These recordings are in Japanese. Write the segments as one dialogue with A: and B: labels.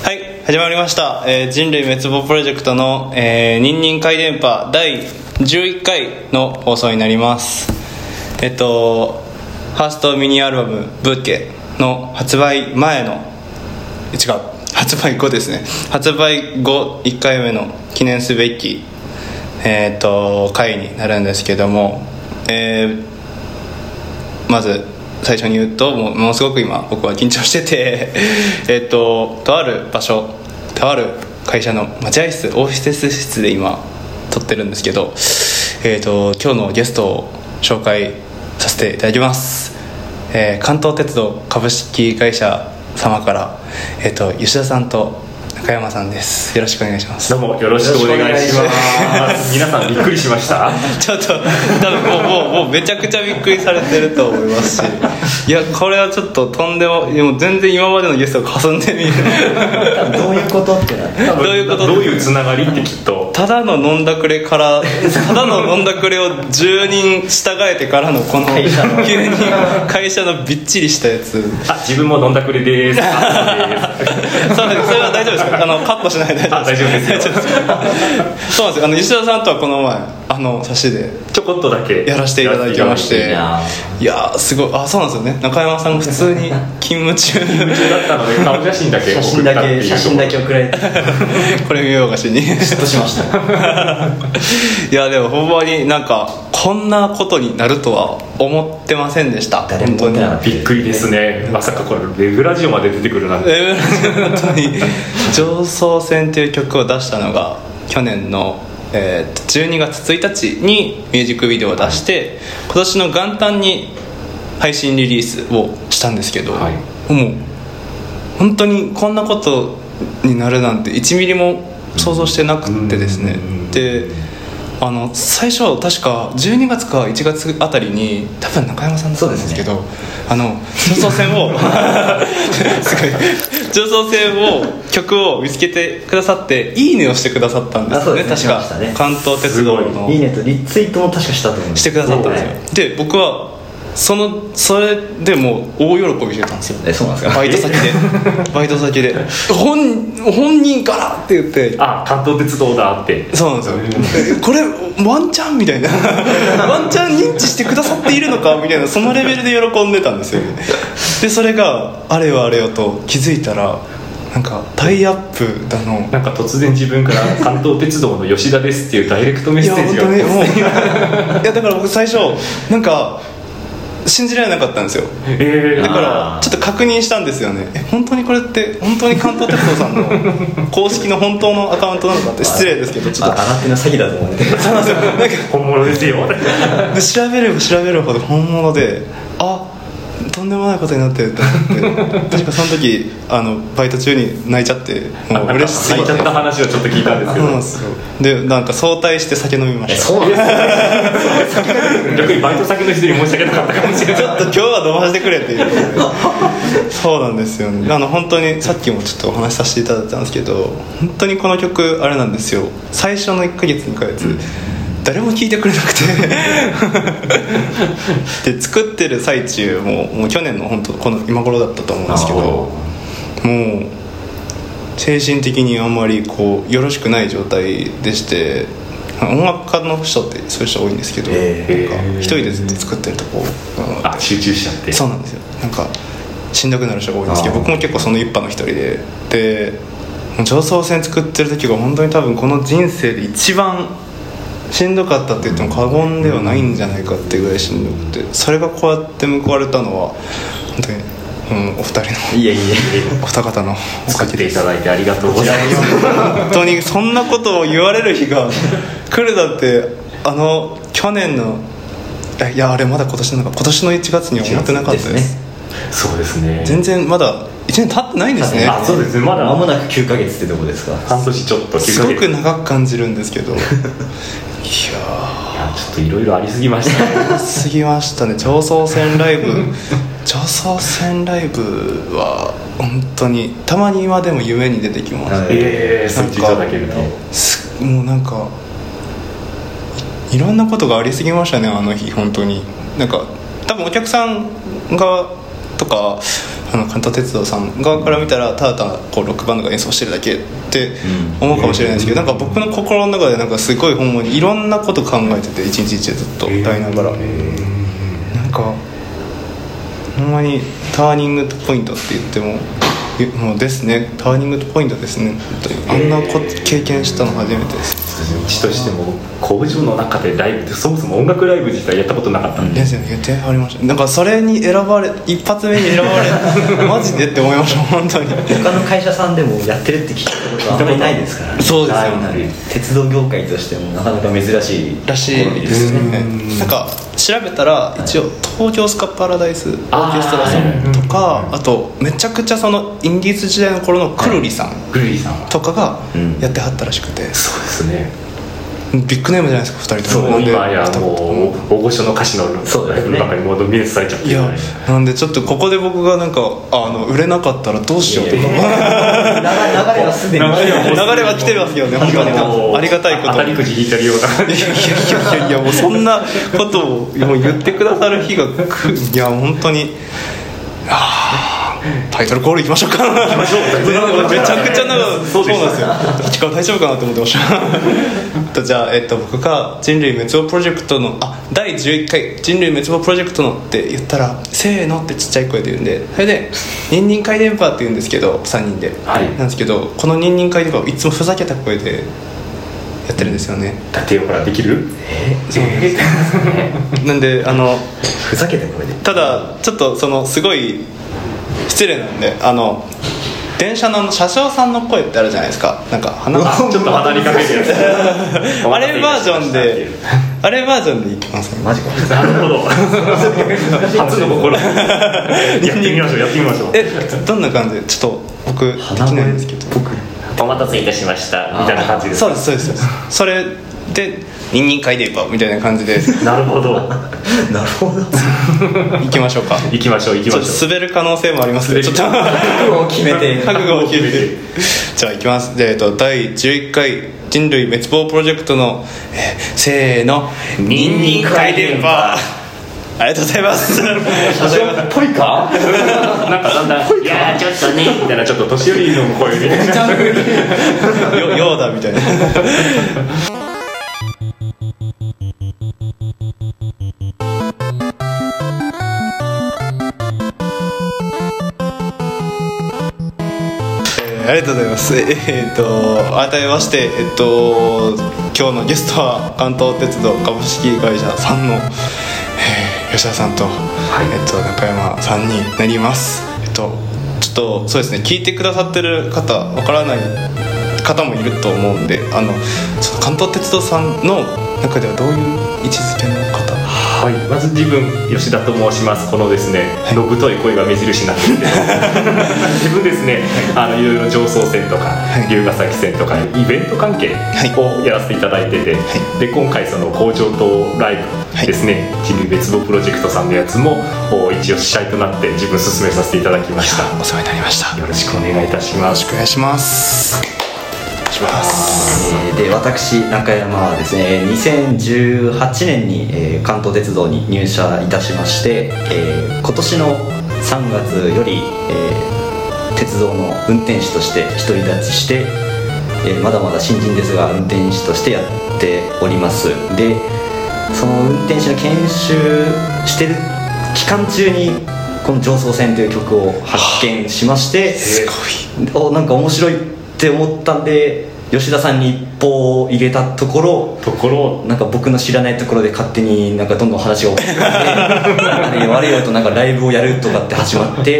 A: はい始まりました、えー人類滅亡プロジェクトの「えー、ニンニン回電波」第11回の放送になりますえっとファーストミニアルバム「ブーケ」の発売前のえ違う発売後ですね発売後1回目の記念すべきえっと回になるんですけどもえー、まず最初に言うともうものすごく今僕は緊張してて えっととある場所とある会社の待合室オフィス室で今撮ってるんですけどえっと今日のゲストを紹介させていただきます、えー関東鉄道株式会社様から、えっと吉田さんと中山さんですよろしくお願いします
B: どうもよろしくお願いし
C: よろしく
B: ます。皆さんびっくりしました。
A: ちょっと多分もうもうもうめちゃくちゃびっくりされてると思いますしいやこれはちょっととんでもでも全然今までのゲストがかすんで見える
C: どういうことってなって
B: ど
A: ういうこと
B: どういうつながりってきっと。
A: ただの飲んだくれからただの飲んだくれを10人従えてからのこの
C: 会社の
A: 急に会社のびっちりしたやつ
B: あ、自分も飲んだくれです。あそうです
A: そうそれは大丈夫ですかあのカットしないで
B: あ
A: 大
B: 大
A: 丈
B: 丈
A: 夫
B: 夫で すよ
A: 大丈夫ですそうなんですよあの吉田さんとはこの前あの差しで
B: ちょこっとだけ
A: やらせていただきまして
B: やら
A: いやーすごいあそうなんですよね中山さんが普通 に勤務中
B: せていただいてだったので顔写真だけ
C: 写
B: 送
C: 真
B: った
C: だ
B: っていう
C: け写真だけ送られて嫉
A: これ見ようがしに
C: 妬しま した
A: いやでもほんまになんかこんなことになるとは思ってませんでした
C: 誰も思ってなかった
B: びっくりですね。まさかこれウェブラジオまで出てくるなんて。
A: えー本当に「上層線」っていう曲を出したのが去年の、えーと12月1日にミュージックビデオを出して今年の元旦に配信リリースをしたんですけど、
B: は
A: もう本当にこんなことになるなんて1ミリも想像してなくてですね、
B: うん
A: であの最初確か12月か1月あたりに多分中山さんだったんですけどあの上層線を すごい上層線を曲を見つけてくださって「いいね」をしてくださったんですよね
C: あそうです
A: 確
C: ね
A: か
C: しましたね
A: 関東鉄道
B: す
A: の
C: いいねとリツイートも確かしたと思う
A: してくださったんですよで僕はそのそれでもう大喜びしてたんですよ
C: えそうなんです
A: バイト 先でバイト先で本本人からって言って
B: あ、関東鉄道だって。
A: そうなんですよこれワンチャンみたい なワンチャン認知してくださっているのかみたいなそのレベルで喜んでたんですよでそれがあれよあれよと気づいたらなんかタイアップだの
B: なんか突然自分から関東鉄道の吉田ですっていうダイレクトメッ
A: い
B: セ
A: や
B: ー
A: 本
B: ジが
A: 当にもういやだから僕最初なんか信じられなかったんですよ
B: えー
A: だから
C: あー
A: ちょっと確認したんですよねえ本当にこれって本当に関東鉄道さんの公式の本当のアカウントなのかって失礼ですけどちょっと
C: あ上がっての詐欺だと思って
A: そうなんですよなんか
B: 本物ですよ。
A: で調べれば調べるほど本物であとんでもないことになってると思って確かその時あのバイト中に泣いちゃってもう嬉しすぎ
B: 泣い
A: て
B: ちゃった話をちょっと聞いたんです
A: そう
B: け
A: なん
B: ど
A: ですよでなんか早退して酒飲みました
C: うなんです
B: 逆にバイト先の人に申し訳なかったかもしれない
A: ちょっと今日は飲ませてくれっていうことでそうなんですよねあの本当にさっきもちょっとお話しさせていただいたんですけど本当にこの曲あれなんですよ最初の1ヶ月2ヶ月誰も聴いてくれなくて で作ってる最中ももう去年の本当この今頃だったと思うんですけどもう精神的にあんまりこうよろしくない状態でして音楽家の人ってそういう人多いんですけど、
C: え
B: ー
A: なんか一人でずっと作ってるとこうん
B: あ集中しちゃって
A: そうなんですよなんかしんどくなる人が多いんですけど
C: あー
A: 僕も結構その一派の一人ででもう上層線作ってる時が本当に多分この人生で一番しんどかったって言っても過言ではないんじゃないかってぐらいしんどくてそれがこうやって報われたのは本当に、うん、お二人
C: いやいや
A: のお二方のおか
B: 作っ
A: げ
B: て
A: で
B: いただいてありがとうございます
A: 本当にそんなことを言われる日が来るだってあの去年のあいやあれまだ今年なのか今年の1月には思ってなかったです
C: ですね
B: そうですね
A: 全然まだ1年経ってないんですね
B: あそうですねまだ
C: 間もなく9ヶ月ってとこですか
B: 半年ちょっと
A: すご
B: い
A: く
B: や
A: 長く感じるんですけどいや
B: ちょっといろいろありすぎまし たね
A: ーすぎましたね上層線ライブ上層線ライブは本当にたまに今でも夢に出てきます、
C: はい
B: ええそう言っていただけると
A: すもうなんかいいろんなことがありすぎましたねあの日本当になんか多分お客さんがとかあの関東鉄道さん側から見たらただただこうロックバンドが演奏してるだけって思うかもしれないですけど、なんか僕の心の中でなんかすごいほんまにいろんなこと考えてて一日中ずっと歌いながら、なんかほんまにターニングポイントって言ってもいもうですねターニングポイントですね本当にあんなこ経験したの初めてです
B: うちとしても工場の中でライブってそもそも音楽ライブ自体やったことなかったんで、
A: ですよね言ってはりましたなんかそれに選ばれ一発目に選ばれマジでって思いました本当に
C: 他の会社さんでもやってるって聞いたことはあんまりないですから、ね、
A: そうですよね
C: はい鉄道業界としてもなかなか珍しい
A: らしいですねなんか調べたら一応東京スカパラダイスオーケストラさんとかあとめちゃくちゃそのインディーズ時代の頃のくるりさん
B: グルリーさんは
A: とかが
C: うん
A: やってはったらしくて
B: そうですね
A: ビッグネームじゃないですか2人と
B: そう
A: もなんで
B: 今やもう大御所の歌手
C: そ
B: の
C: うで
B: ライ
C: す
B: ブ
C: ね
B: の中にもうノミネートされちゃって
A: い
B: る
A: や
B: ね
A: なんでちょっとここで僕がなんかあの売れなかったらどうしようとか
C: 流れ流れはすでに
B: 流れは
A: 流れは来てますよね本当に
B: もう
A: ありがたいこと
B: 当たりくじ引いてるような感
A: い
B: じ
A: やいやいやいやもうそんなことをもう言ってくださる日が来るいや本当にあータイトルコールいきましょうかめちゃくちゃ長い
B: そうでした
A: なんですよ近く大丈夫かなと思ってましたとじゃあ、えっと、僕が人類滅亡プロジェクトのあ第11回人類滅亡プロジェクトのって言ったら「せーの」ってちっちゃい声で言うんでそれで「ニンニン回電波」って言うんですけど3人で、
B: はい
A: なんですけどこの「ニンニン回電波」をいつもふざけた声でやってるんですよね
B: 立てようからできる
A: そう なんであの
C: ふざけてこれで
A: ただちょっとそのすごい失礼なんであの電車のあの車掌さんの声ってあるじゃないですかなんか鼻が
B: ちょっと当たりかけてるや つ
A: あれバージョン であれバージョンでいきますね
C: マジ か
B: なるほど初の心やってみましょうやってみましょう
A: えどんな感じでちょっと僕できないんですけど
C: 僕
B: お待たせいたしましたみたいな感じです
A: そうですそうですそうですそれで「ニンニン会でいこう」みたいな感じで
B: なるほど
C: なるほど
A: いきましょうか
B: 行きましょう行き
A: ちょ
B: ま
A: っと
B: しょう
A: 滑る可能性もありますけどちょっと
C: 覚悟を決めて
A: 覚悟を決めてじゃあいきますでえっと第11回人類滅亡プロジェクトのえーせーのニンニン回電波ありがとうございます
C: っぽいか
B: なんかだんだん「いやーちょっとね」みたいなちょっと年寄りの声みたいな
A: よようだみたいなえーありがとうございます。ええーっと改めましてえっと今日のゲストは関東鉄道株式会社さんの、えー吉田さんと、えっと中山さんになります。えっとちょっとそうですね聞いてくださってる方わからない方もいると思うんであのその関東鉄道さんの中ではどういう位置づけの方
B: はい、まず自分吉田と申しますこのですねのぶとい声が目印になって いて自分ですねあのいろいろ常総線とか
A: い
B: 龍ヶ崎線とかイベント関係をやらせていただいてて、で今回その工場とライブですね、人類別望プロジェクトさんのやつもお一応主体となって自分進めさせていただきました
A: お世話になりました。よ
B: よろしくお願いいたしま
A: ろ
B: す
A: しくお願いします。お願いします。
C: えーで私中山はですねえー2018年に、えー関東鉄道に入社いたしまして、えー今年の3月より、えー鉄道の運転士として独り立ちして、えーまだまだ新人ですが運転士としてやっておりますでその運転士の研修してる期間中にこの「上層線」という曲を発見しまして
A: すごい。
C: おなんか面白いって思ったんで吉田さんに一報を入れたところ
B: ところ
C: なんか僕の知らないところで勝手になんかどんどん話 が起きてなんか悪いよとなんかライブをやるとかって始まって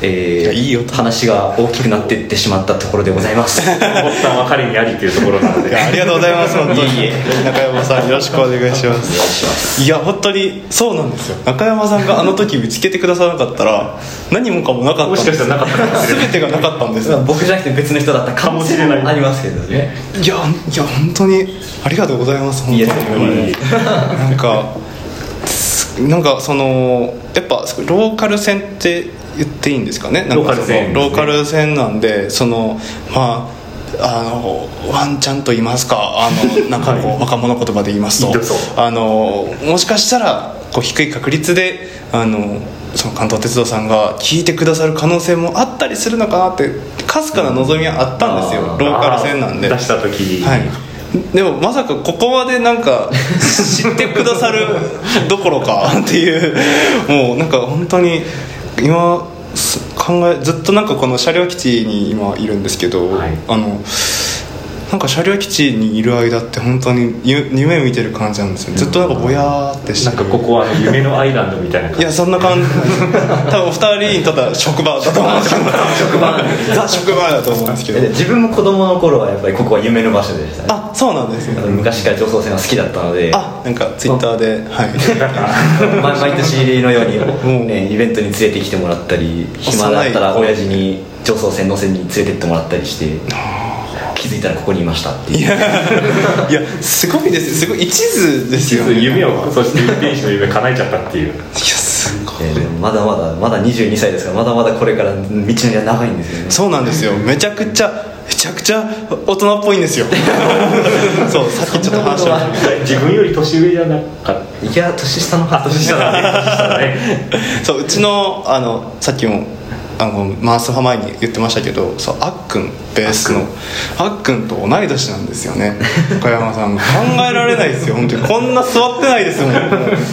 C: え
A: いや
C: ー
A: いいよと話
C: 話が大きくなってってしまったところでございます
B: 発端は彼にありっていうところなの
A: い
B: で
A: やありがとうございます。本当に
C: いえい
A: 中山さんよろしくお願いします。いや本当にそうなんですよ。中山さんがあの時見つけてくださらなかったら何もかもなかったん
B: も
A: です。
B: しかしたらなかったかもしれない
A: 全てがなかったんです。いや
C: 僕じゃなくて別の人だったかもしれない
B: かもしれない
C: ありますけどね
A: いや本当にありがとうございます。本
C: いえ
A: 当に。なんかすなんかそのやっぱローカル線って言っていいんですかねなんかその
B: ローカル線ですね
A: ローカル線なんでそのまああのワンちゃんと言いますかあのなんかこう、
B: はい
A: 若者言葉で言いますと
B: どうぞ
A: あのもしかしたらこう低い確率であのその関東鉄道さんが聞いてくださる可能性もあったりするのかなってかすかな望みはあったんですよ
C: あー
A: ローカル線なんで
B: あー出した時に、
A: はい、でもまさかここまでなん か知ってくださるどころかっていうもうなんか本当に今す考えずっとなんかこの車両基地に今いるんですけど、
B: はい
A: あのなんか車両基地にいる間って本当にゆ夢見てる感じなんですよずっとなんかぼやーってして
B: なんかここはあの夢のアイランドみたいな感
A: い
B: じ
A: やそんな 感じ多分二人にとったら職場だと思うんですけど
C: 職場
A: ザ職場だと思うんですけ
C: で
A: ど
C: 自分も子供の頃はやっぱりここは夢の場所でしたね
A: あそうなんですね
C: 昔から常総線は好きだったので
A: あなんかツイッターではい
C: ま毎年のよう
A: うん
C: に、ね、イベントに連れてきてもらったり暇だったら
A: 幼い
C: 親父に常総線乗せに連れてってもらったりして気づいたらここにいましたっていう
A: いやすごいですすごい一途ですよね
B: 夢を
A: いや
B: そして運転手の夢叶えちゃったっていう
A: すごい
C: えーでもまだまだまだ22歳ですからまだまだこれから道のりは長いんですよね
A: そうなんですよめちゃくちゃめちゃくちゃ大人っぽいん ですよそうさっきちょっと話しまし
B: 自分より年上じゃなかっ
C: いや年下の
B: た年下だね年下だね
A: た そううちのあのさっきもあのマース派前に言ってましたけどそうあっくんベースのあっくんと同い年なんですよ ね岡山さん考えられないですよ本当にこんな座ってないですもん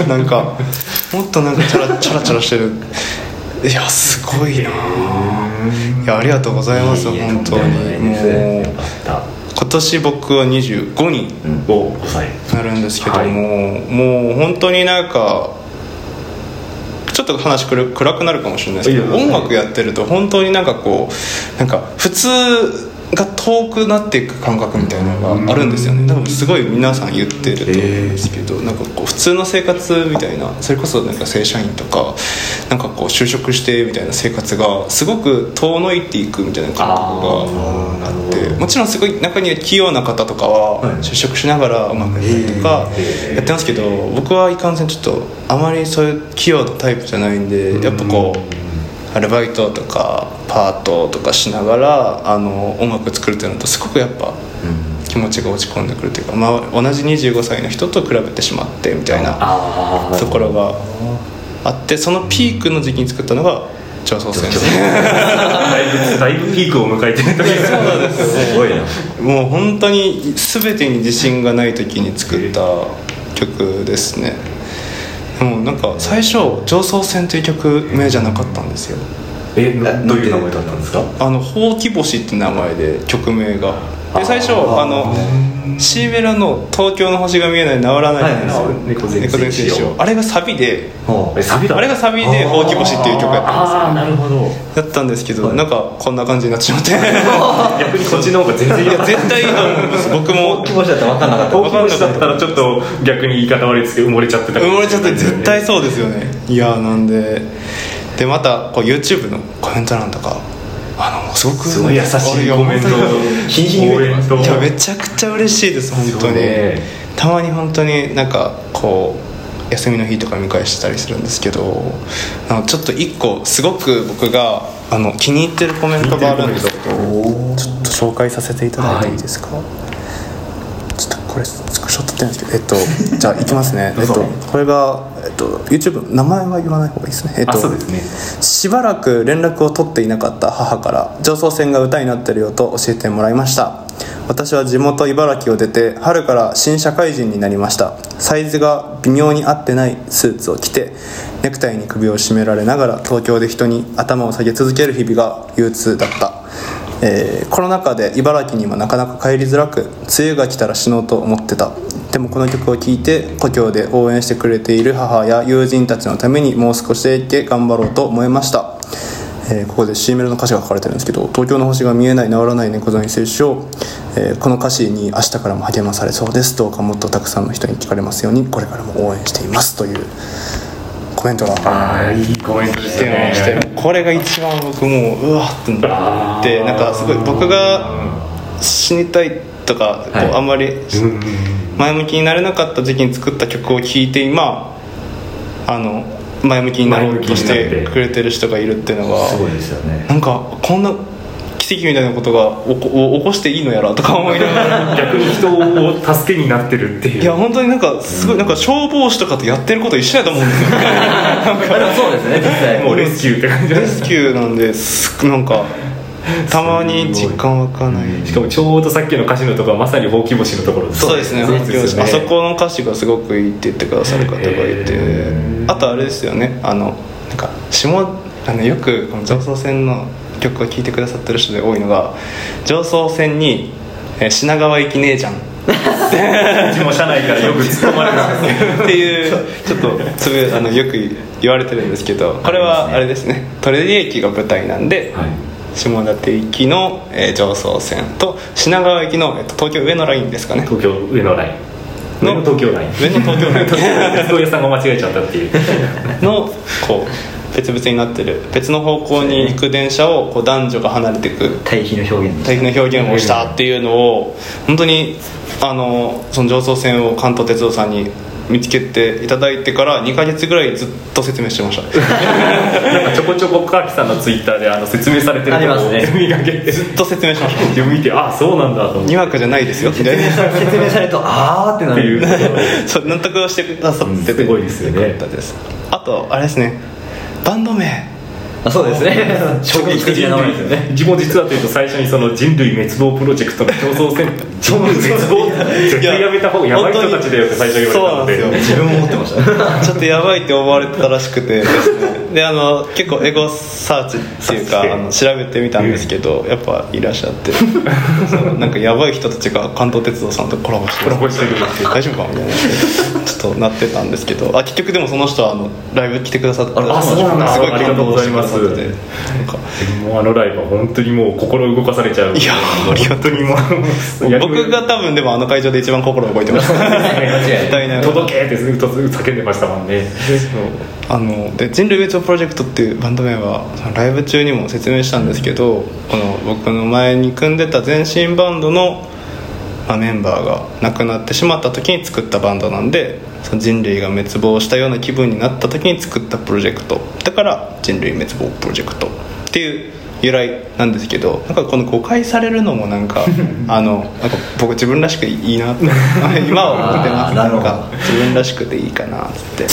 A: なんかもっとなんかチャラチャラチャラしてるいやすごいなぁいやありがとうございます
C: いえいえ
A: 本当
C: とんで
A: に
C: もないで
A: もう
B: だ
A: 今年僕は25に
B: を5歳
A: なるんですけども、
B: はい
A: もう本当になんかちょっと話くる暗くなるかもしれないですけ
B: い
A: ど
B: やいや
A: 音楽やってると本当になんかこうなんか普通が遠くなっていく感覚みたいなのがあるんですよね多分すごい皆さん言ってると思うんですけど、なんかこう普通の生活みたいなそれこそなんか正社員とかなんかこう就職してみたいな生活がすごく遠のいていくみたいな感覚が
B: あーなるほど
A: ってもちろんすごい中には器用な方とかは就職しながらうまくやったりとかやってますけど僕はいかんせんちょっとあまりそういう器用なタイプじゃないんでやっぱこうアルバイトとかパートとかしながらあの音楽作るってなるとすごくやっぱ気持ちが落ち込んでくるというか、まあ、同じ25歳の人と比べてしまってみたいな
B: ああ
A: ところがあってそのピークの時期に作ったのが上層線ですね
B: だいぶだいぶピークを迎えてるというそうなんです
C: すごいな
A: もう本当に全てに自信がない時に作った曲ですねでもなんか最初「上層線」という曲名じゃなかったんですよ
B: えなどういう名前だったんですか
A: あの「ほうき星」って名前で曲名がで最初あの C メラの「東京の星が見えない治らない」んですよ
B: はいはい猫背
A: 猫背
B: 選手
A: 選手
B: を
A: あれがサビで
C: ほう
B: えサビだ
A: あれがサビで「ほうき星」っていう曲やったんですよ
B: ああなるほど
A: やったんですけどなんかこんな感じになってしまってい
B: 逆にこっちの方が全然いい
A: や 絶対いいと思います僕 も
C: 気持ちだったら分かんなかった
B: 大きいだったらちょっと逆に言い方悪いですけど埋もれちゃってた
A: 埋もれちゃって絶対
B: う
A: そうですよねいやーなんででまたこう YouTube のコメント欄とかあのすごく
B: すごい優しいコメント
C: 日に日に増えてます
B: 応援と
A: いやめちゃくちゃ嬉しいです本当に、
B: ね
A: たまに本当になんかこう休みの日とか見返したりするんですけどあのちょっと一個すごく僕があの気に入ってるコメントがあるんですけどちょっと紹介させていただいていいですか、ちょっとこれスクショ撮ってるんですけ どえっとじゃあいきますねえっとこれが、えっと、YouTube 名前は言わない方がいいですねえっと
B: あそうですね
A: しばらく連絡を取っていなかった母から常総線が歌になってるよと教えてもらいました私は地元茨城を出て春から新社会人になりましたサイズが微妙に合ってないスーツを着てネクタイに首を絞められながら東京で人に頭を下げ続ける日々が憂鬱だった、えーコロナ禍で茨城にはなかなか帰りづらく梅雨が来たら死のうと思ってたでもこの曲を聴いて故郷で応援してくれている母や友人たちのためにもう少しだけ頑張ろうと思いました、えーここで C メロの歌詞が書かれてるんですけど「東京の星が見えない治らない猫背に接種を」えーこの歌詞に明日からも励まされそうですどうかもっとたくさんの人に聞かれますようにこれからも応援していますというコメントが
B: ああいいコメントですね
A: してもしてこれが一番僕もううわってなって
B: あー
A: なんかすごい僕が死にたいとかこう
C: はい
A: あんまり
B: うん
A: 前向きになれなかった時期に作った曲を聴いて今あの前向きになろうとし
B: 前向きに
A: て
B: なって
A: くれてる人がいるっていうのが
C: すごいですよね
A: なんかこんな奇奇跡みたいなことが起こ起こしていいのやらとか思いながら
B: 逆に人を助けになってるっていう
A: いや本当になんかすごいなんか消防士とかとやってること一緒やと思うんですよ
C: あでもそうですね実際
B: もうレスキューって感じ
A: レスキューなんですなんかたまに実感湧かない
B: しかもちょうどさっきの歌詞のところはまさにほうき星のところ
A: そうですね
B: そう
A: 本
B: です
A: 業
B: ね
A: あそこの歌詞がすごくいいって言ってくださる方がいて
B: へ
A: あとあれですよねあのなんか下あのよくこの上層線の曲を聴いてくださってる人で多いのが上層線に、えー品川行きねえじゃん
B: うちも社内からよく突っ込まれたんですけど
A: っていう ちょっとつぶあのよく言われてるんですけどこれはあれですねトレディ駅が舞台なんで、
B: はい
A: 下館行きの、えー上層線と品川行きの、えっと東京上のラインですかね
B: 東京上のライン上の東京ライン
A: 上の東京ライン
B: 東京屋さんが間違えちゃったっていう
A: のこう別々になってる別の方向に行く電車をこう男女が離れていく
C: 対比の表現
A: 対比の表現をしたっていうのを本当にあのその上層線を関東鉄道さんに見つけていただいてから2か月ぐらいずっと説明して ました
B: なんかちょこちょこ川木さんのツイッターであの説明されてる
C: あります ね
B: 見かけて
A: ずっと説明しました
B: で見てあそうなんだと思って
A: にわかじゃないですよみたいな
C: 説明されるとあーってな
B: ってい
C: る
B: う
A: そう納得をしてくださってて、
B: うんすごいですよね
A: かったですあとあれですねバンド名
C: あそうですね 衝撃的な名前ですよね
B: 自分も実はというと最初にその人類滅亡プロジェクトの競争戦人類滅亡絶対やめた方がやばい人たちだよって最初言われた
A: そう
B: の
A: なん
B: で
A: です
C: 自
A: よ
C: 分も思ってまし た
A: ちょっとやばいって思われてたらしくてですねであの結構エゴサーチっていう
B: サーチして
A: かあの調べてみたんですけどやっぱいらっしゃってそうなんかやばい人たちが関東鉄道さんとコラボして
B: コラボしてる
A: 大丈夫かみたいなちょっとなってたんですけどあ結局でもその人はあのライブ来てくださって
B: あそうなんだ
A: すごい
B: ありがとうございます
A: 感動してくださっててなんか
B: もうあのライブは本当にもう心動かされちゃう
A: いやありが
B: 本当にもう
A: 僕 が多分でもあの会場で一番心動いてました 絶対ね
B: 届けってずっと叫んでましたもん ね
A: あので人類別プロジェクトっていうバンド名はそのライブ中にも説明したんですけどこの僕の前に組んでた前身バンドの、まあ、メンバーが亡くなってしまった時に作ったバンドなんでその人類が滅亡したような気分になった時に作ったプロジェクトだから人類滅亡プロジェクトっていう由来なんですけどなんかこの誤解されるのもなん かあのなんか僕自分らしくいいなって 今は思ってま
C: あ
A: す
C: ーな
A: な
C: るほ
A: ん
C: ど
A: か自分らしくていいかなっつって。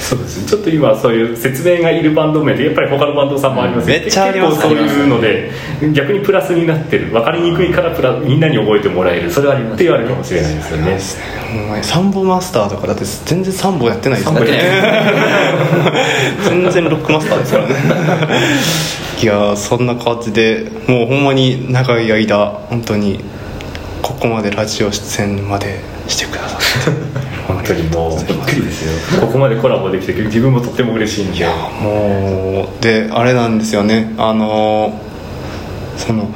B: そうですちょっと今そういう説明がいるバンド名でやっぱり他のバンドさんもありますけど
A: めっちゃあります
B: 結構そういうので逆にプラスになってる分かりにくいからプラみんなに覚えてもらえる
C: それはありますね
B: って言われるかもしれないですよね
A: お前サンボマスターとかだって全然サンボやってないです
C: サン
A: ね
C: ボや
A: 全然ロックマスターですから ねいやーそんな感じでもうほんまに長い間本当にここまでラジオ出演までしてくださって
B: 本当にもうびっくり
C: ですよ
B: ここまでコラボできて自分もとっても嬉しいんで
A: もうであれなんですよねあのーその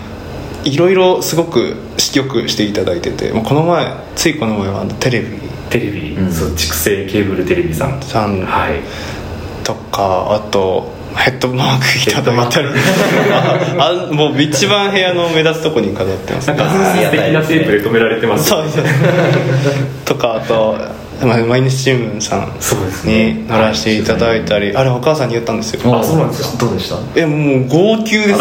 A: いろいろすごくよくしていただいててもうこの前ついこの前はあのテレビ
B: テレビ、
C: うん
B: そう畜生ケーブルテレビさん
A: さん
B: はい
A: とかあとヘッドマークいただいたりああもう一番部屋の目立つとこに飾ってます
B: なんか素敵なテープで止められてます
A: そうですとかあとま毎日新聞さん
B: そうですね
A: に乗らせていただいたりあれお母さんに言ったんですよ
B: あそうなんです
C: どうでした
A: えもう号泣ですよ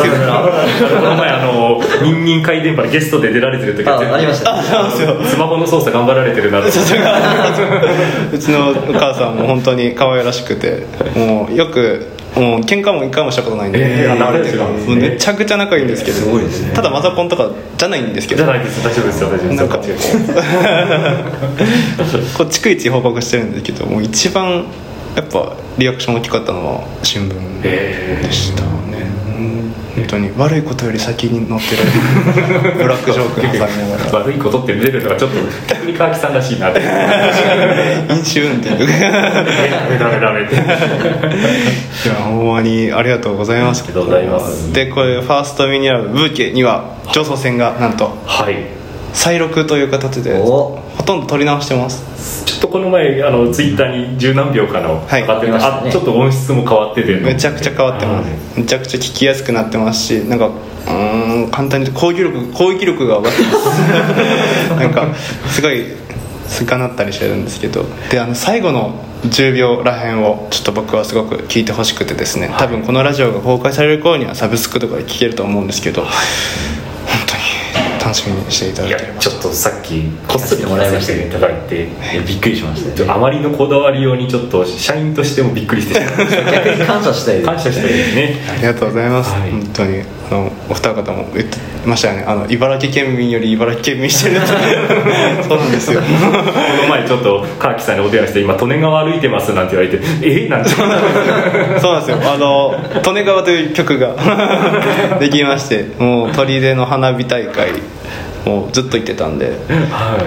B: この前あの「ニンニン回電波」ゲストで出られてる時は
C: あありましたね
B: スマホの操作頑張られてるなと
A: うちのお母さんも本当に可愛らしくてもうよくもう喧嘩も一回もしたことないんで、
B: えー仲良しなんです
A: も
B: ね
A: うめちゃくちゃ仲いいんですけど
C: すごいですね
A: ただマザコンとかじゃないんですけ
B: じ
A: ど
B: ゃないです大丈夫ですよ大丈夫です
A: なんか
B: 違う
A: こう逐一報告してるんですけどもう一番やっぱリアクション大きかったのは新聞
B: え
A: でしたね、本当に悪いことより先に載ってるブラックジョーク挟みなが
B: ー悪いことって出るのがちょっと逆に川木さんらしいなってダ
A: ら飲酒運転とかいや
B: メダメダメって
A: ほんまにありがとうございます
B: ありがとうございます
A: でこれファーストミニアルバムブーケには上層線がなんと
B: はい
A: 再録という形で
C: お
A: ほとんど撮り直してます
B: ちょっとこの前あのツイッターに十何秒かの
A: はい
B: 上がってる
C: ありましたね
B: あちょっと音質も変わってて
A: めちゃくちゃ変わってます、めちゃくちゃ聞きやすくなってますしなんかうーん簡単に言うと攻撃力攻撃力が上がってますなんかすごいすかなったりしてるんですけどであの最後の10秒らへんをちょっと僕はすごく聞いてほしくてですね、多分このラジオが公開される頃にはサブスクとかで聞けると思うんですけど、当に楽しみにしていただ
B: い
A: け
B: や
A: れば
B: ちょっとさっきこっそりもらいましたいただいて
C: いやびっくりしましたよね
B: あまりのこだわりようにちょっと社員としてもびっくりしてしまいまし
C: 逆に感謝したい
B: た
C: です
B: 感謝したいですね
A: ありがとうございます、
B: はい
A: 本当にあのお二方も言ってましたよねあの茨城県民より茨城県民 してるってそうなんですよ
B: この前ちょっと川木さんにお電話して今利根川歩いてますなんて言われてえ なんて
A: そうなんですよあの「利根川」という曲が できましてもう砦の花火大会もうずっと行ってたんで
B: は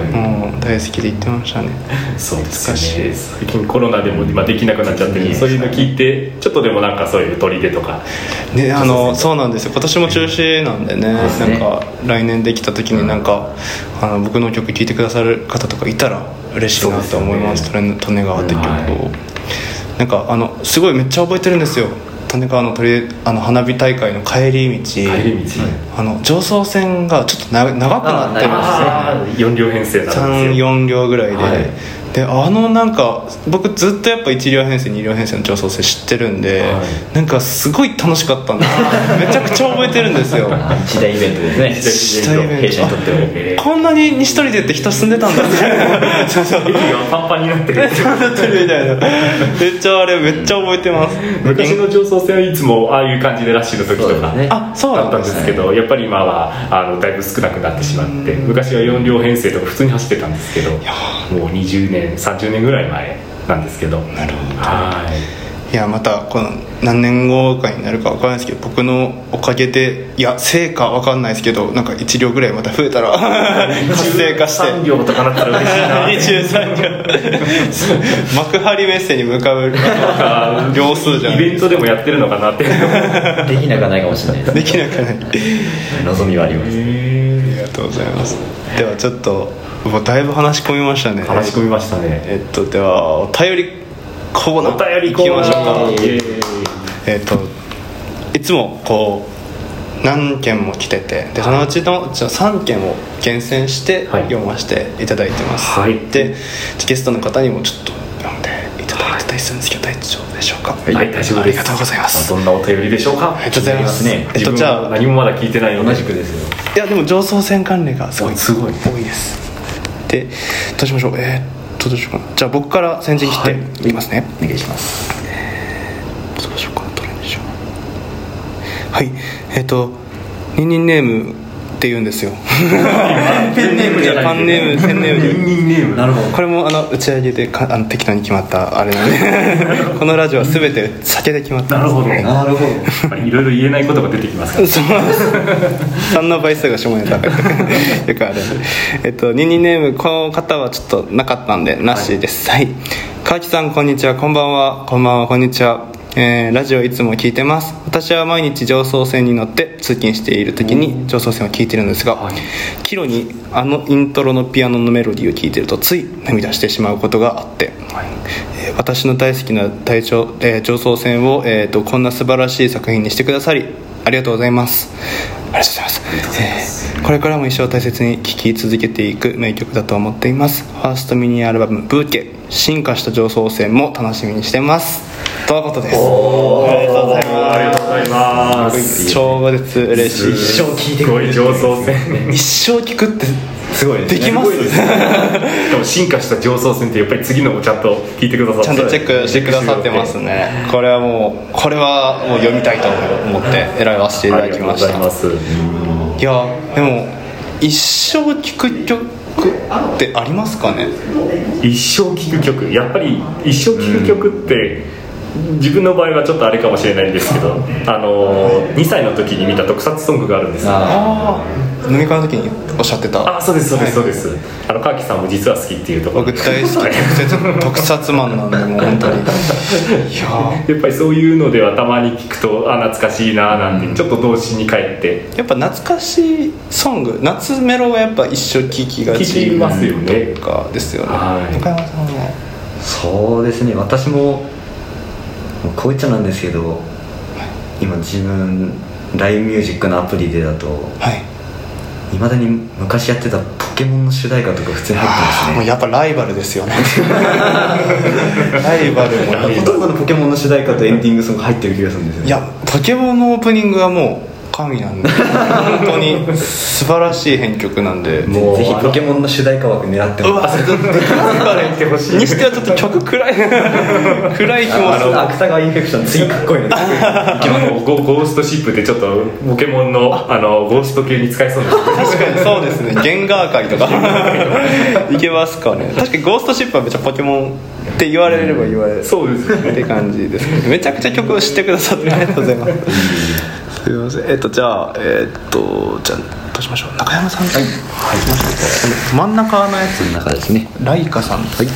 A: もう大好きで行ってましたね
B: いそうですね最近コロナでも今できなくなっちゃってるそういうの聞いてちょっとでもなんかそういう砦とか
A: ねあのそうなんですよ今年も中止なんでね
C: です
A: なん
C: ね
A: か来年できた時になんか、あの僕の曲聴いてくださる方とかいたら嬉しいなと思います「利根利根川」って曲を、
B: はい
A: なんかあのすごいめっちゃ覚えてるんですよ利根川の鳥あの花火大会の帰り道
B: 帰り道
A: あの上層線がちょっとな長くなってま
C: あ
A: す
B: ああ4両編成なんですよ
A: 34両ぐらいで、
B: はい
A: であのなんか僕ずっとやっぱ1両編成2両編成の上層線知ってるんで、
B: は
A: なんかすごい楽しかったんですよ めちゃくちゃ覚えてるんですよ
C: 一大イベントですね
A: 一大イベント
C: 弊社にとっても
B: えー
A: こんなに西鳥でって人住んでたんだね そうそう
B: 駅がパンパンになってる
A: 西鳥みたいなめっちゃあれめっちゃ覚えてます
B: 昔の上層線はいつもああいう感じでラッシュの時
C: そう
B: と
C: で
B: か
C: すね
A: あそう
B: だっ
A: な
B: た
A: ん
B: ん
A: で
B: ですすけどやっぱり今はあのだいぶ少なくなってしまって
A: うん
B: 昔は4両編成とか普通に走ってたんですけどもう20年30年ぐらい前なんですけどなるほどはい
A: いやまたこの何年後かになるか分からないですけど僕のおかげでいや成果分かんないですけどなんか1両ぐらいまた増えたら 活性化して
B: 3両とかなっ たら嬉しいな
A: 23秒幕張メッセに向かう
B: あー
A: 秒数じゃな
B: イ
A: い
B: ベントでもやってるのかなってへ
C: できなくはないかもしれないです
A: できなくない
C: 望みはあります
A: あり
B: ー
A: がとうございますではちょっともうだいぶ話し込みましたね
B: 話し込みましたね
A: えっとではお便りコーナ
B: お
A: ー
B: 便り
A: 行きましょう
B: コーナ
A: か
B: ーイエーイ
A: えっといつもこう何件も来ててでそのうちのじゃあ3件を厳選して
B: はい
A: 読ませていただいてます、
B: はい
A: でゲストの方にもちょっと読んでいただいてたりするんですけど大丈夫でしょうかは
B: はい大丈夫です
A: ありがとうございます
B: どんなお便りでしょうか
A: ありがとうございます
C: 気になります
A: え
C: ね
A: っとじゃあ
B: 何もまだ聞いてないので
C: 同じくですよ
A: いやでも上層線関連がすごい
B: おすごい
A: 多いですでどうしましょうえー、っとどうしようかなじゃあ僕から先陣切っていきますね、
C: お願いします
A: どうしようかなどれにしようはいえっ、とニンニンネームって言うんですよ
B: ペンネームじゃない
A: パンネームペンネームで
B: ニンニンネーム
C: なるほど
A: これもあの打ち上げでかあの適当に決まったあれなん でこのラジオは全て酒で決まった
B: なるほど
C: なるほど
B: やっぱりいろいろ言えないことが出てきますから
A: そう3の倍数が下ネタよくあるえっとニンニンネームこの方はちょっとなかったんでなしですはい、川木さんこんにちはこんばんはこんばんはこんにちはえーラジオいつも聞いてます私は毎日常総線に乗って通勤している時に常総線を聞いてるんですが、
B: はい
A: キロにあのイントロのピアノのメロディーを聞いてるとつい涙してしまうことがあって、えー私の大好きな隊長、えー上層線を、えー、とこんな素晴らしい作品にしてくださりありがとうございますありがとうございますえーこれからも一生大切に聴き続けていく名曲だと思っていますファーストミニアルバム「ブーケ」進化した上層線も楽しみにしてますとのことですありがとうござい
B: ありが
A: ま
B: とうございます
A: す超絶嬉しい
B: 一生聞いてくれるすごい上層線
A: 一生聴くって
C: すごいです
A: で
C: ね
A: きます
B: すごいですね でも進化した上層線ってやっぱり次のもちゃんと聞いてくださって
A: ちゃんとチェックしてくださってますねこれはもうこれはもう読みたいと思って選ばせていた
B: あ
A: だ
B: りが
A: き
B: とうご
A: まし
B: ざ
A: た
B: います
A: いやでも一生聴く曲ってありますかね
B: 一生聴く曲やっぱり一生聴く曲って自分の場合はちょっとあれかもしれないんですけどあのー2歳の時に見た特撮ソングがあるんですよ
A: あ
C: あ
A: あ飲み会の時におっしゃってた
B: あそうですそうですそうです、あの川木さんも実は好きっていうところ
A: 僕大好き特撮特撮マンなんでもう本当にいやー
B: やっぱりそういうのではたまに聞くとあ懐かしいなあなんて、ちょっと童心に帰って
A: やっぱ懐かしいソング夏メロはやっぱ一生聴きが
B: 聞
A: ち
B: きますよね
A: とかですよね
B: はい
A: 中山さんは
C: ーそうですね私ももうこういっちゃなんですけど今自分 LINE ミュージックのアプリでだと
A: はい
C: いまだに昔やってたポケモンの主題歌とか普通に入
A: あ
C: って
A: ー
C: ま
A: もう
C: すね
A: やっぱライバルですよ ねライバルも
B: や
A: い
C: ほとんどのポケモンの主題歌とエンディングソング入ってる気がするんですよね
A: やポケモンのオープニングはもう神なんで本当に素晴らしい編曲なんで
B: もう
C: ぜひポケモンの主題歌枠狙って
A: う
C: も
A: わできますかねにしてはちょっと曲暗い 暗い気も
C: あ
A: す
C: の
A: る
C: 芥川インフェクション次かっこいいの
B: あのゴゴーストシップってちょっとポケモンのあのゴースト系に使えそうな
A: 確かにそうですねゲンガー界とか いけますかね確かにゴーストシップはめっちゃポケモンって言われれば言われる
B: そうですよね
A: って感じですねめちゃくちゃ曲を知ってくださってありがとうございますすいませんえっとじゃあえっとじゃあどうしましょう中山さんはい、はい、真ん中のや
D: その中ですね
A: つライカさんはい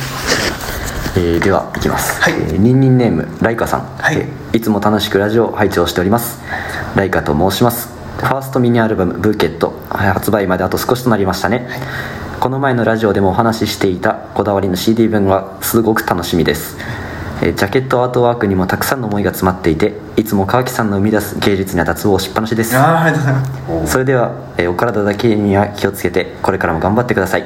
D: えーではいきます、
A: はい
D: えーニンニンネームライカさん、
A: はい
D: えーいつも楽しくラジオを拝聴しておりますライカと申しますファーストミニアルバム「ブーケット」発売まであと少しとなりましたね、この前のラジオでもお話ししていたこだわりの CD 分はすごく楽しみですえージャケットアートワークにもたくさんの思いが詰まっていていつも川木さんの生み出す芸術には脱帽しっぱなしです
A: ああありがとうございます
D: それでは、えーお体だけには気をつけてこれからも頑張ってください、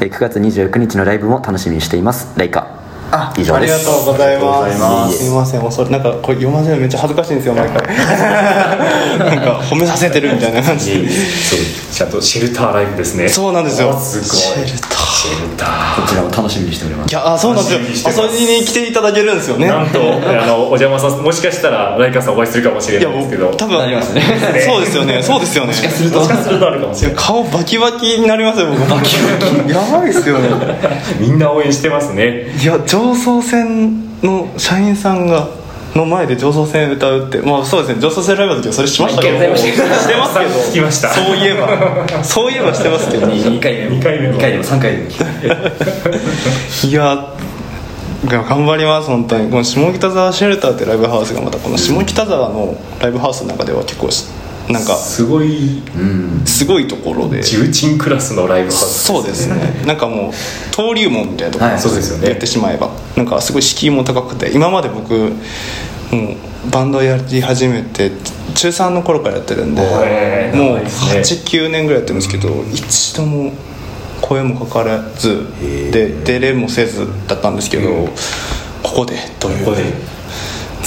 D: えー9月29日のライブも楽しみにしていますライカ
A: あ
D: 以上です
A: ありがとうござい
D: あ
A: ま
D: り
A: す
D: がとうございます
A: すいません恐れなんかこれ読ませるのめっちゃ恥ずかしいんですよ毎回なんか褒めさせてるみたいな感じで
B: そうちゃんとシェルターライブですね
A: そうなんですよ
B: あすごい
A: シェルター
B: シェルター
D: こちらも楽しみにしております
A: いやあそうなんですよ遊びに来ていただけるんですよね
B: なんとあのお邪魔させもしかしたらライカさんお会いするかもしれ
A: いや
B: ないで
A: も
B: すけど
A: う多分
D: なりますね
A: そうですよねそうですよね
B: もしかするとあるかもしれない
A: 顔バキバキになりますよ僕バキバ キやばいっすよね
B: みんな応援してますね
A: いや常総線の社員さんがの前で常総線歌うってまあそうですね常総線ライブの時はそれしましたけど
D: 一回やりました
A: してますけど
B: 聞きました
A: そういえばそういえばしてますけど
D: 2回目
B: 二回目も
D: 2回目も3回目も
A: いや頑張ります本当にこの下北沢シェルターってライブハウスがまたこの下北沢のライブハウスの中では結構しなんか
B: すごい
A: すごいところで
B: 重鎮クラスのライブハウス
A: そうですねなんかもう登竜門みたいなところ、
D: はい
B: そうですよね
A: やってしまえばなんかすごい敷居も高くて今まで僕もうバンドやり始めて中3の頃からやってるんで
B: へー
A: もう
B: 長いですね
A: 89年ぐらいやってるんですけど一度も声もかからずで出れもせずだったんですけどここでという
B: ここで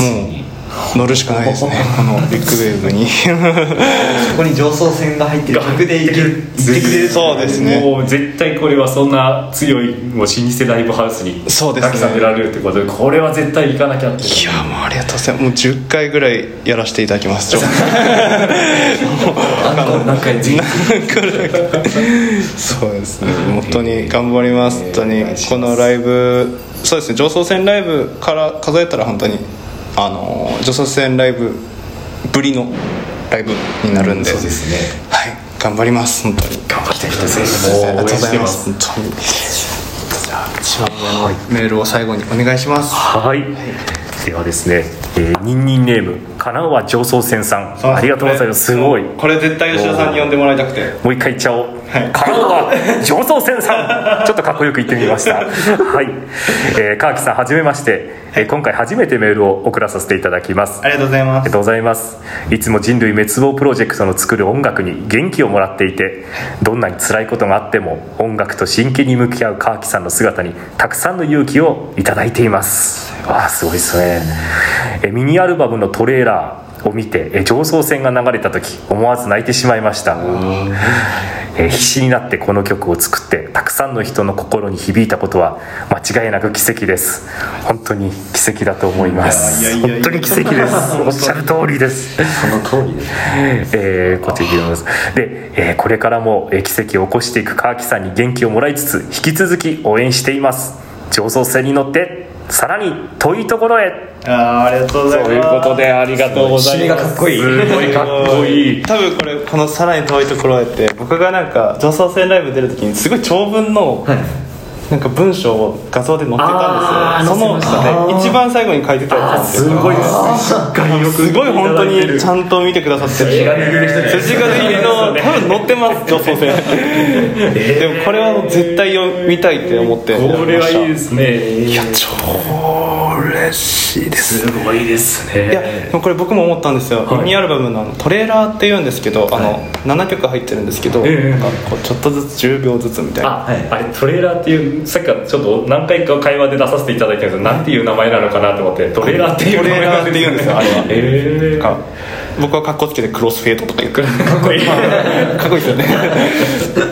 A: もう乗るしかないですねこのビッグウェー ブに
C: そこに上層線が入ってる曲でいける
B: ぜひ
A: そうですね
B: もう絶対これはそんな強いもう老舗ライブハウスに
A: そうですね
B: たくさん出られるってことでこれは絶対行かなきゃって
A: いやもうありがとうございますもう10回ぐらいやらせていただき ます
D: あんたも何回全
A: そうですね本当に頑張ります本当にこのライブそうですね上層線ライブから数えたら本当にあのー上層線ライブぶりのライブになるんで、
B: そうですね
A: はい頑張ります本当に
B: 頑張ってくださ
A: あり
B: い
A: がとう
B: もう応
A: ご
B: 援し
A: ざ
B: て
A: い
B: ま
A: ます
B: す
A: 本当にじゃあ一番上のメールを最後にお願いします
B: はいではですね、えー、ニンニンネーム神奈川上層線さんありがとうございますすごい
A: これ絶対吉田さんに呼んでもらいたくて
B: もう一回言っちゃおう、神奈川上層線さんちょっとかっこよく言ってみましたはい、えー、川木さんはじめまして、えー今回初めてメールを送らさせていただきます
A: ありがとうござい
B: あり
A: ま
B: がとうございますいつも人類滅亡プロジェクトの作る音楽に元気をもらっていてどんなに辛いことがあっても音楽と真剣に向き合う川木さんの姿にたくさんの勇気をいただいていますわあすごいですねえミニアルバムのトレーラーを見てえ上層線が流れた時思わず泣いてしまいましたえー必死になってこの曲を作ってたくさんの人の心に響いたことは間違いなく奇跡です本当に奇跡だと思います本当に奇跡ですおっしゃる通りです
D: その通りです
B: えー、こちらでございますで、えーこれからもえー奇跡を起こしていく川木さんに元気をもらいつつ引き続き応援しています上層線に乗ってさらに遠いところへ
A: すあありがとうご
B: ということでありがとうございます
C: 締めがかっこいい
B: すごいかっこいい
A: 多分これこのさらに遠いところへって僕がなんか女装戦ライブ出るときにすごい長文の、なんか文章を画像で載ってたんですよそのね一番最後に書いてたやつなんです
B: す
A: よ
B: ごいですね概要
A: すごい本当にちゃんと見てくださってる
C: が抜ける人です
A: 筋金入りの多分載ってます女装戦でもこれは絶対読みたいって思って
B: これはいいですねいや
A: 嬉しいです
B: すごいですね
A: いやでもこれ僕も思ったんですよ、ミニアルバムのあのトレーラーっていうんですけど、あの7曲入ってるんですけど、
B: ええ
A: なんかこうちょっとずつ10秒ずつみたいな
B: あ、あれトレーラーっていうさっきからちょっと何回か会話で出させていただいてるんですけどなんていう名前なのかなと思ってトレーラーってい
A: ト
B: う
A: レーラーっていうんですよあれは
B: え
A: な
B: え
A: んか僕はかっこつけてクロスフェードとか言 ってかっこいい かっこいいですよ ね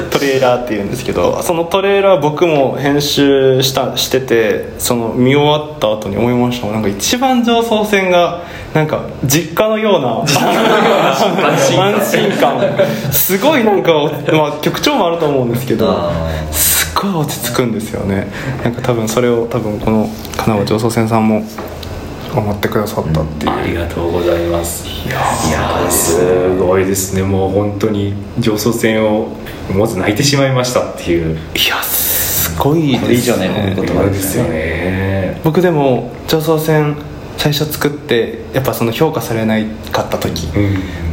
A: トレーラーっていうんですけどそのトレーラー僕も編集したしててその見終わった後に思いましたもんなんか一番上層線がなんか実家のよう な安心感すごいなんか、まあ、曲調もあると思うんですけど
C: あ
A: すっごい落ち着くんですよねなんか多分それを多分この金輪上層線さんも思ってくださったっていう
B: ありがとうございますいやーすごいですねもう本当に上層線をまず泣いてしまいましたってい
A: い
B: う
A: やすごいです
C: これ以上ね褒めることは
B: ですよね
A: 僕でも上層線最初作ってやっぱその評価されないかった時、
B: うん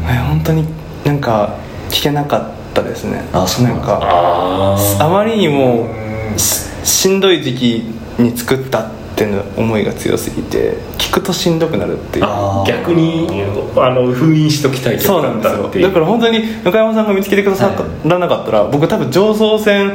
A: はい本当になんか聞けなかったですね
C: あそうなんだ
A: か
B: あ
A: あまりにも
B: うん
A: ししんどい時期に作ったっていう思いが強すぎて聞くとしんどくなるっていう
B: あ逆にあの封印しときたい
A: そうなんですよだから本当に中山さんが見つけてくださらなかったら、僕多分上層線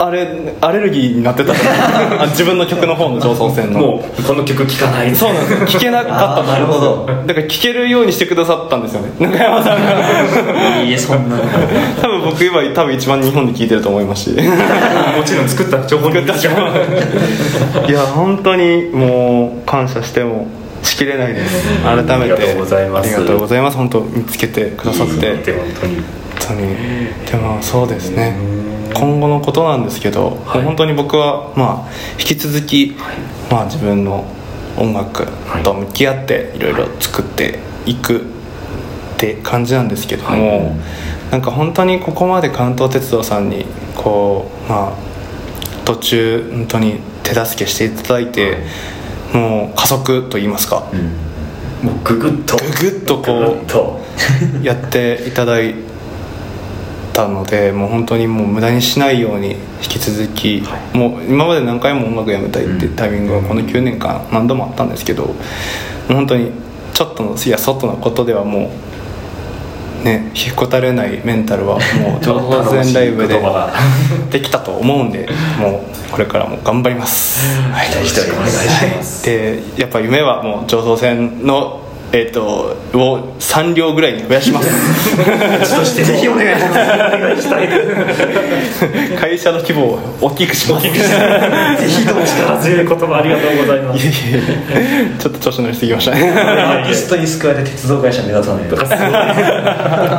A: あれアレルギーになってたと思う あ自分の曲の方の上層線の
B: もうこの曲聴かない
A: そうなんですよ聞けなかったんですよ
C: あーなるほど
A: だから聞けるようにしてくださったんですよね中山さんが
C: いいえそんな
A: 多分僕今多分一番日本で聞いてると思いますし
B: もちろん作った情報に
A: いや本当にもう感謝してもしきれないです改めて
B: ありがとうございます
A: ありがとうございます本当見つけてくださって
B: いいって本当に
A: 本当にでもそうですね今後のことなんですけど、
B: はい
A: 本当に僕はまあ引き続き、まあ自分の音楽と向き合っていろいろ作っていくって感じなんですけども、なんか本当にここまで関東鉄道さんにこうまあ途中本当に手助けしていただいて、もう加速と言いますか、
B: もうググッと
A: ググッとこう
B: ググッと
A: やっていただいたのでもう本当にもう無駄にしないように引き続き、もう今まで何回も音楽やめたいっていうタイミングはこの9年間何度もあったんですけどもう本当にちょっとのいや外のことではもうね引くこたれないメンタルは もう情報戦ライブで
B: 楽しい言葉が
A: できたと思うんでもうこれからも頑張ります。はい
C: 期しております
A: でやっぱ夢はもう上層線のえっ、とを3両ぐらいに増やします
C: そしてぜひお願いし
A: 会社の規模を大きくしますい
C: ますぜひとも
B: 力強い言葉ありがとうございます
A: えいえ ちょっと調子乗りすぎましたね
C: アーティストに救われ鉄道会社目立たないと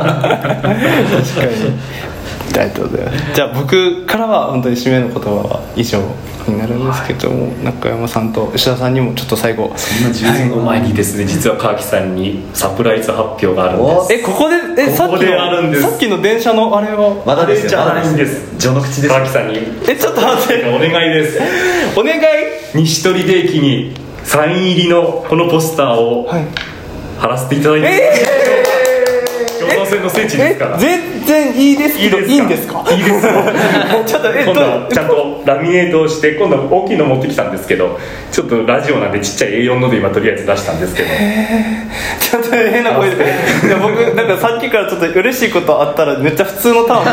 A: 確かにありがとうございますじゃあ僕からは本当に締めの言葉は以上になるんですけども、中山さんと吉田さんにもちょっと最後
B: 10年後前にですね実は川木さんにサプライズ発表があるんです
C: お
A: えここでえさっ
B: こ
A: き
B: であるん
A: の
B: です
A: さっきの電車のあれは
C: まだですよ
B: じゃあ
C: まだ
B: いいんです
C: 序の口です
B: 川木さんに
A: えちょっと待って
B: お願いです
A: お願い
B: 西鳥で駅にサイン入りのこのポスターを
A: はい
B: 貼らせていただいて、共同線の聖地ですから
A: 全然いいですけどいいんですか
B: いいですよ
A: ちょっと えっ
B: 今度は
A: と
B: ちゃんとラミネートをして今度は大きいの持ってきたんですけどちょっとラジオなんでちっちゃい A4 ので今とりあえず出したんですけど
A: ちょっと変な声でいや僕なんかさっきからちょっと嬉しいことあったらめっちゃ普通のターン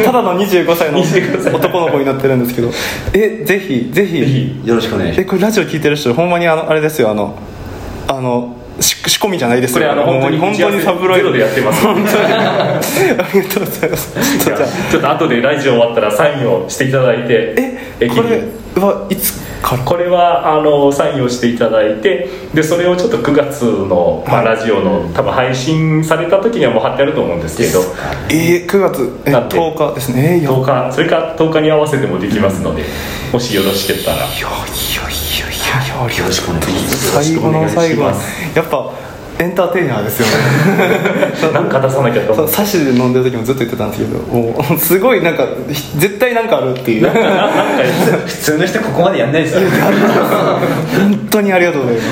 A: 25ただ の25歳
B: 25歳
A: の男の子になってるんですけどえぜひぜ
B: ぜ
A: ひ
B: ひ
C: よろしくお願いし
A: えこれラジオ聞いてる人ほんまにあのあれですよあのあのし仕込みじゃないですよ
B: これあの本当に
A: もう本当にサプライ
B: ゼロ
A: ズ
B: でやってます
A: 本当にありがとうございますちょっとじゃあ
B: ちょっと後でラジオ終わったらサインをしていただいて
A: え
B: 駅
A: これ
B: に
A: はいつから
B: これはあのサインをしていただいてでそれをちょっと9月の、まあ、ラジオの多分配信された時にはもう貼ってあると思うんですけど
A: えー、9月え
B: なんで
A: 10日ですねえーや
B: 10日それか10日に合わせてもできますのでもしよろしけったら
A: いやいやいやいやいやよろしくお願いし
B: ま
A: ます最後の最後
B: よ
A: や
B: ろしくお願いしま
A: っぱエンターテイナーですよね
B: なんか出さなきゃと
A: そ
B: 思
A: う
B: って
A: サッシで飲んでる時もずっと言ってたんですけどもうすごいなんかひ絶対なんかあるっていう
B: ななんか
C: ます普通の人ここまでやんないですよ
A: 本当にありがとうございま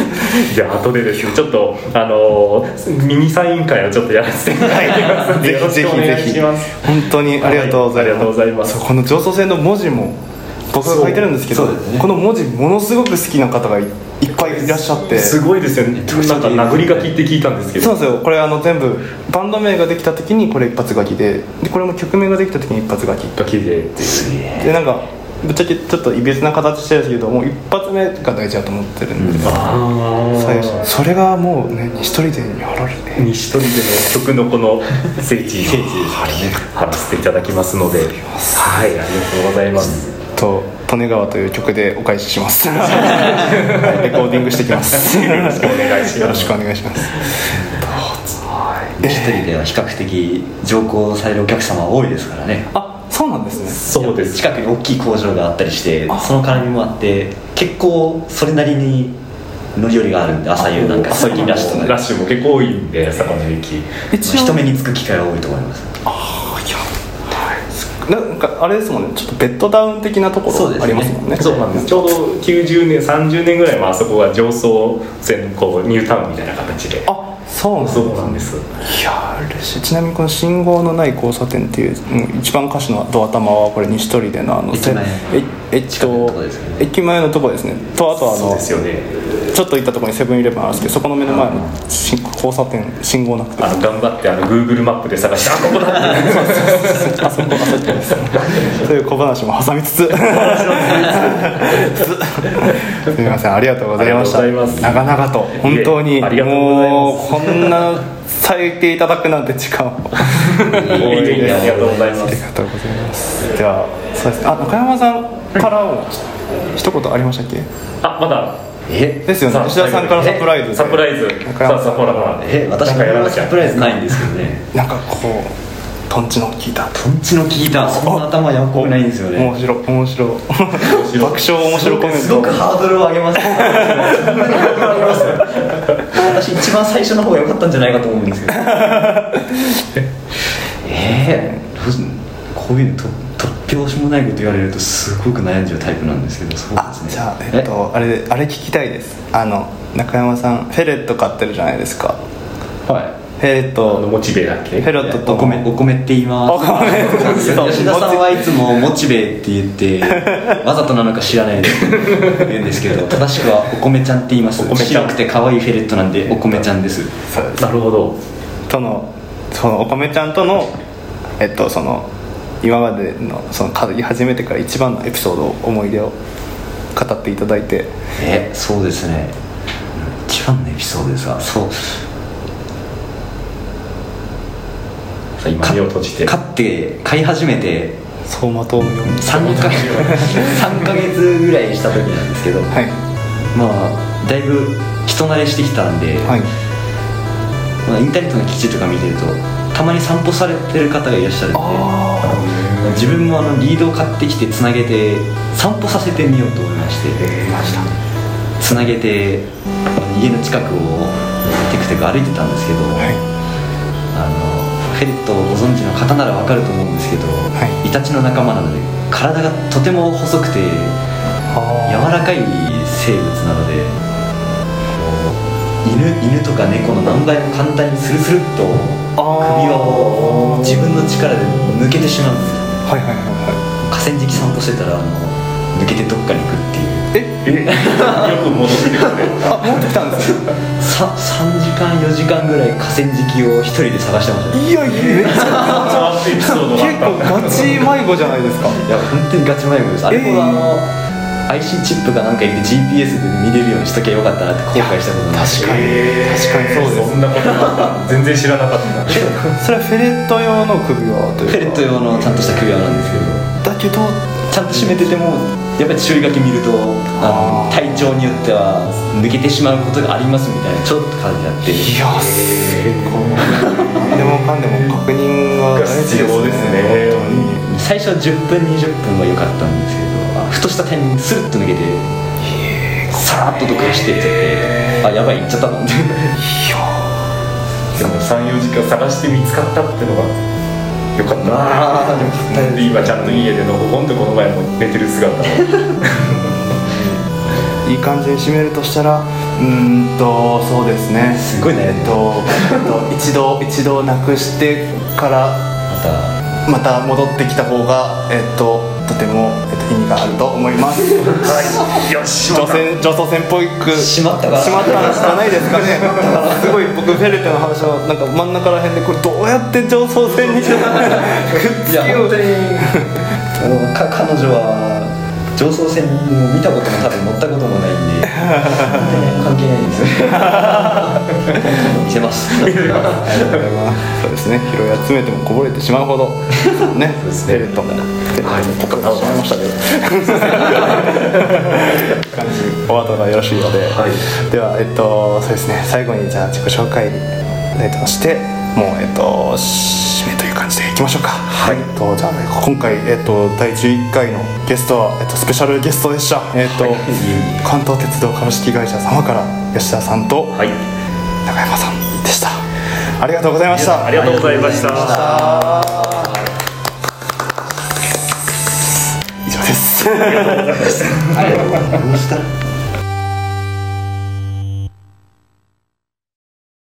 A: す
B: じゃあ後でですねちょっとあのミニサイン会をちょっとやらせていただきますのでよろしくお願いします
A: 本当にありがとうございます、
B: はいありがとうございます
A: そうこの上層線の文字も僕が書いてるんですけど
C: そうそうですね
A: この文字ものすごく好きな方がいいっぱいいらっしゃって
B: すごいですよねなんか殴り書きって聞いたんですけ
A: そうなん
B: ど
A: ですよこれあの全部バンド名ができた時にこれ一発書きででこれも曲名ができた時に一発書き
B: 書きで
A: でなんかぶっちゃけちょっといびつな形してるんですけどもう一発目が大事だと思ってるんで、最初それがもうね一人でやられて
B: 西鳥での曲のこの聖地を貼らせていただきますのではいありがとうございます
A: と「利根川」という曲でお返ししますレコーディングしてきますよろしくお願いしますよろしくお願いします
C: 一人では比較的乗降されるお客様は多いですからね
A: あそうなんですね
B: そうです
C: 近くに大きい工場があったりしてその絡みもあって結構それなりに乗り降りがあるんで朝夕なんか通勤ラッシュとかで
B: ラッシュも結構多いんで坂の駅
C: 人目につく機会は多いと思います
A: なんかあれですもんねちょっとベッドダウン的なとこ
C: そうです
A: ろ
C: ね
A: ありますもんね
B: そうなんですちょうど90年30年ぐらいもあそこは上層線こうニュータウンみたいな形で
A: あそうなんです
B: そうなんです
A: いやー嬉しいちなみにこの「信号のない交差点」っていう、うん一番歌詞のドア玉はこれ西鳥でのあの
C: 駅前
A: せええっ
C: 近くの
A: と
C: とこですよね
A: 駅前のとこですねとあとはあ
B: そう
A: の
B: ですよね
A: ちょっと行ったところにセブンイレブンあるんですけどそこの目の前のし交差点信号なくて
B: あの頑張ってあの Google マップで探してあここだっ
A: あ
B: て
A: そこあそこですという小話も挟みつつすみませんありがとうございました
B: ありがとうございます
A: 長々と本当
B: い
A: に
B: えありがとうござい
A: も
B: ま
A: うこんな咲いていただくなんて時間を
B: いいねありがとうございま
A: あり
B: す
A: がとうございます。では、そうですね。あ、中山さんからも一言ありましたっけ？
B: あまだ
C: え
A: ですよね。
B: さあ
A: 吉田さんからサプライズで。
B: サプライズ
A: 中山
B: さあ
A: さ
B: さあほらほら
C: え私
B: なんかやらな
C: は
B: きゃ
C: サプライズないんですけどね
A: ん。なんかこうトンチの効いた。
C: トンチの効いたそんな頭やっこくないんですよね
A: 面白い面白い。爆笑面白コメント。
C: すごくハードルを上げます私一番最初の方が良かったんじゃないかと思うんですけどええこういうのと突拍子もないこと言われるとすごく悩んじゃうタイプなんですけどそうで
A: あ
C: すね
A: じゃあえっとあれあれ聞きたいです。あの中山さんフェレット買ってるじゃないですか。
C: えは
A: フェレッ
B: あの
A: ト
B: モチベだっけ
A: フェレ
C: い
A: ットと
C: お米お米って言います
A: お米そう
C: 吉田さんはいつも「モチベ」って言ってわざとなのか知らないですけど言うんですけど正しくは「お米ちゃん」って言います
B: お米ちゃん
C: 白くて可愛いフェレットなんで「お米ちゃん」です
B: なるほど
A: とのそのお米ちゃんとのえっとその今までのその稼ぎ始めてから一番のエピソード思い出を語っていただいて
C: えそうですね一番のエピソードですがそう
B: さあ今
C: か
B: 目を閉じて
C: 買って買い始めて
A: 走馬灯のように
C: 3か三ヶ月ぐらいした時なんですけど、
A: はい
C: まあだいぶ人慣れしてきたんで、
A: はい
C: まあ、インターネットの記事とか見てるとたまに散歩されてる方がいらっしゃるんで自分もあのリードを買ってきてつなげて散歩させてみようと思いましてつなげてあの家の近くをテクテク歩いてたんですけど、
A: は
C: あのフェレットをご存知の方ならわかると思うんですけど、
A: い
C: イタチの仲間なので体がとても細くて柔
A: い
C: らかい生物なので犬犬とか猫の何倍も簡単にスルスルっと首
A: あー
C: を自分の力で抜けてしまうんですよ
A: はいはいはいは
C: 河川敷散歩してたらあの抜けてどっかに行くっていう
B: えよく戻ってくる
A: い
B: ね
A: あ持ってきたんですよ
C: さ3時間4時間ぐらい河川敷を一人で探してました
A: い
C: ね
A: やいやめっちゃ
B: エピソードがあ
A: 結
B: った
A: 構ガチ迷子じゃないですか
C: いや本当にガチ迷子ですあれほどあの、IC チップかなんか入れて GPS で見れるようにしときゃよかったなって後悔したことない
A: 確かに
B: えー
A: 確かにそうです
B: そんなことがあった全然知らなかっ
A: そ
B: た
A: れはフェレット用の首輪というか
C: フェレット用のちゃんとした首輪なんですけど
A: だけど
C: ちゃんと締めててもやっぱり注意書き見るとあの
A: あー
C: 体調によっては抜けてしまうことがありますみたいなちょっと感じあって
A: いやすごい何でもかんでも確認が大事ですね
B: 必
A: 本当に
B: 要ですね
C: 最初は10分20分は良かったんですけどあふとしたタイミングでスルッと抜けてさらっと読破してっちゃってあやばい行っちゃったもんって
B: でも34時間探して見つかったってのがよかった
C: あー
B: なで今ちゃんと家でのほほんとこの前も寝てる姿を
A: いい感じに締めるとしたらうーんとそうですね
C: すごいね
A: えっとえっと一度一度なくしてから
C: ま
A: ま
C: た
A: た戻ってきた方がえっととても、えっと、意味があると思います
B: はいよし
A: 女性女装戦っぽく
C: しまったか
A: しまった話じゃない ですかねすごい僕フェルテの話はなんか真ん中ら辺でこれどうやって女 装戦にくっつ
C: い
A: け
C: や
A: よう
C: 本当にあのか彼女は上層線も見たことも多分乗ったこともないんで本当に関係ないんですよね見せますありがとうございます
A: そうですね拾い集めてもこぼれてしまうほ どねペレット
C: はい、もうここから始まりましたけど
A: お後がよろしいので、
B: はい
A: ではえっとそうですね最後にじゃあ自己紹介えっとしてもうえっと締めという感じでいきましょうかはい、えっと、じゃあ今回えっと第11回のゲストは、えっと、スペシャルゲストでしたえっと、関東鉄道株式会社様から吉田さんと
B: はい
A: 中山さんでしたありがとうございました
B: ありがとうございました
A: 以上です
C: どうした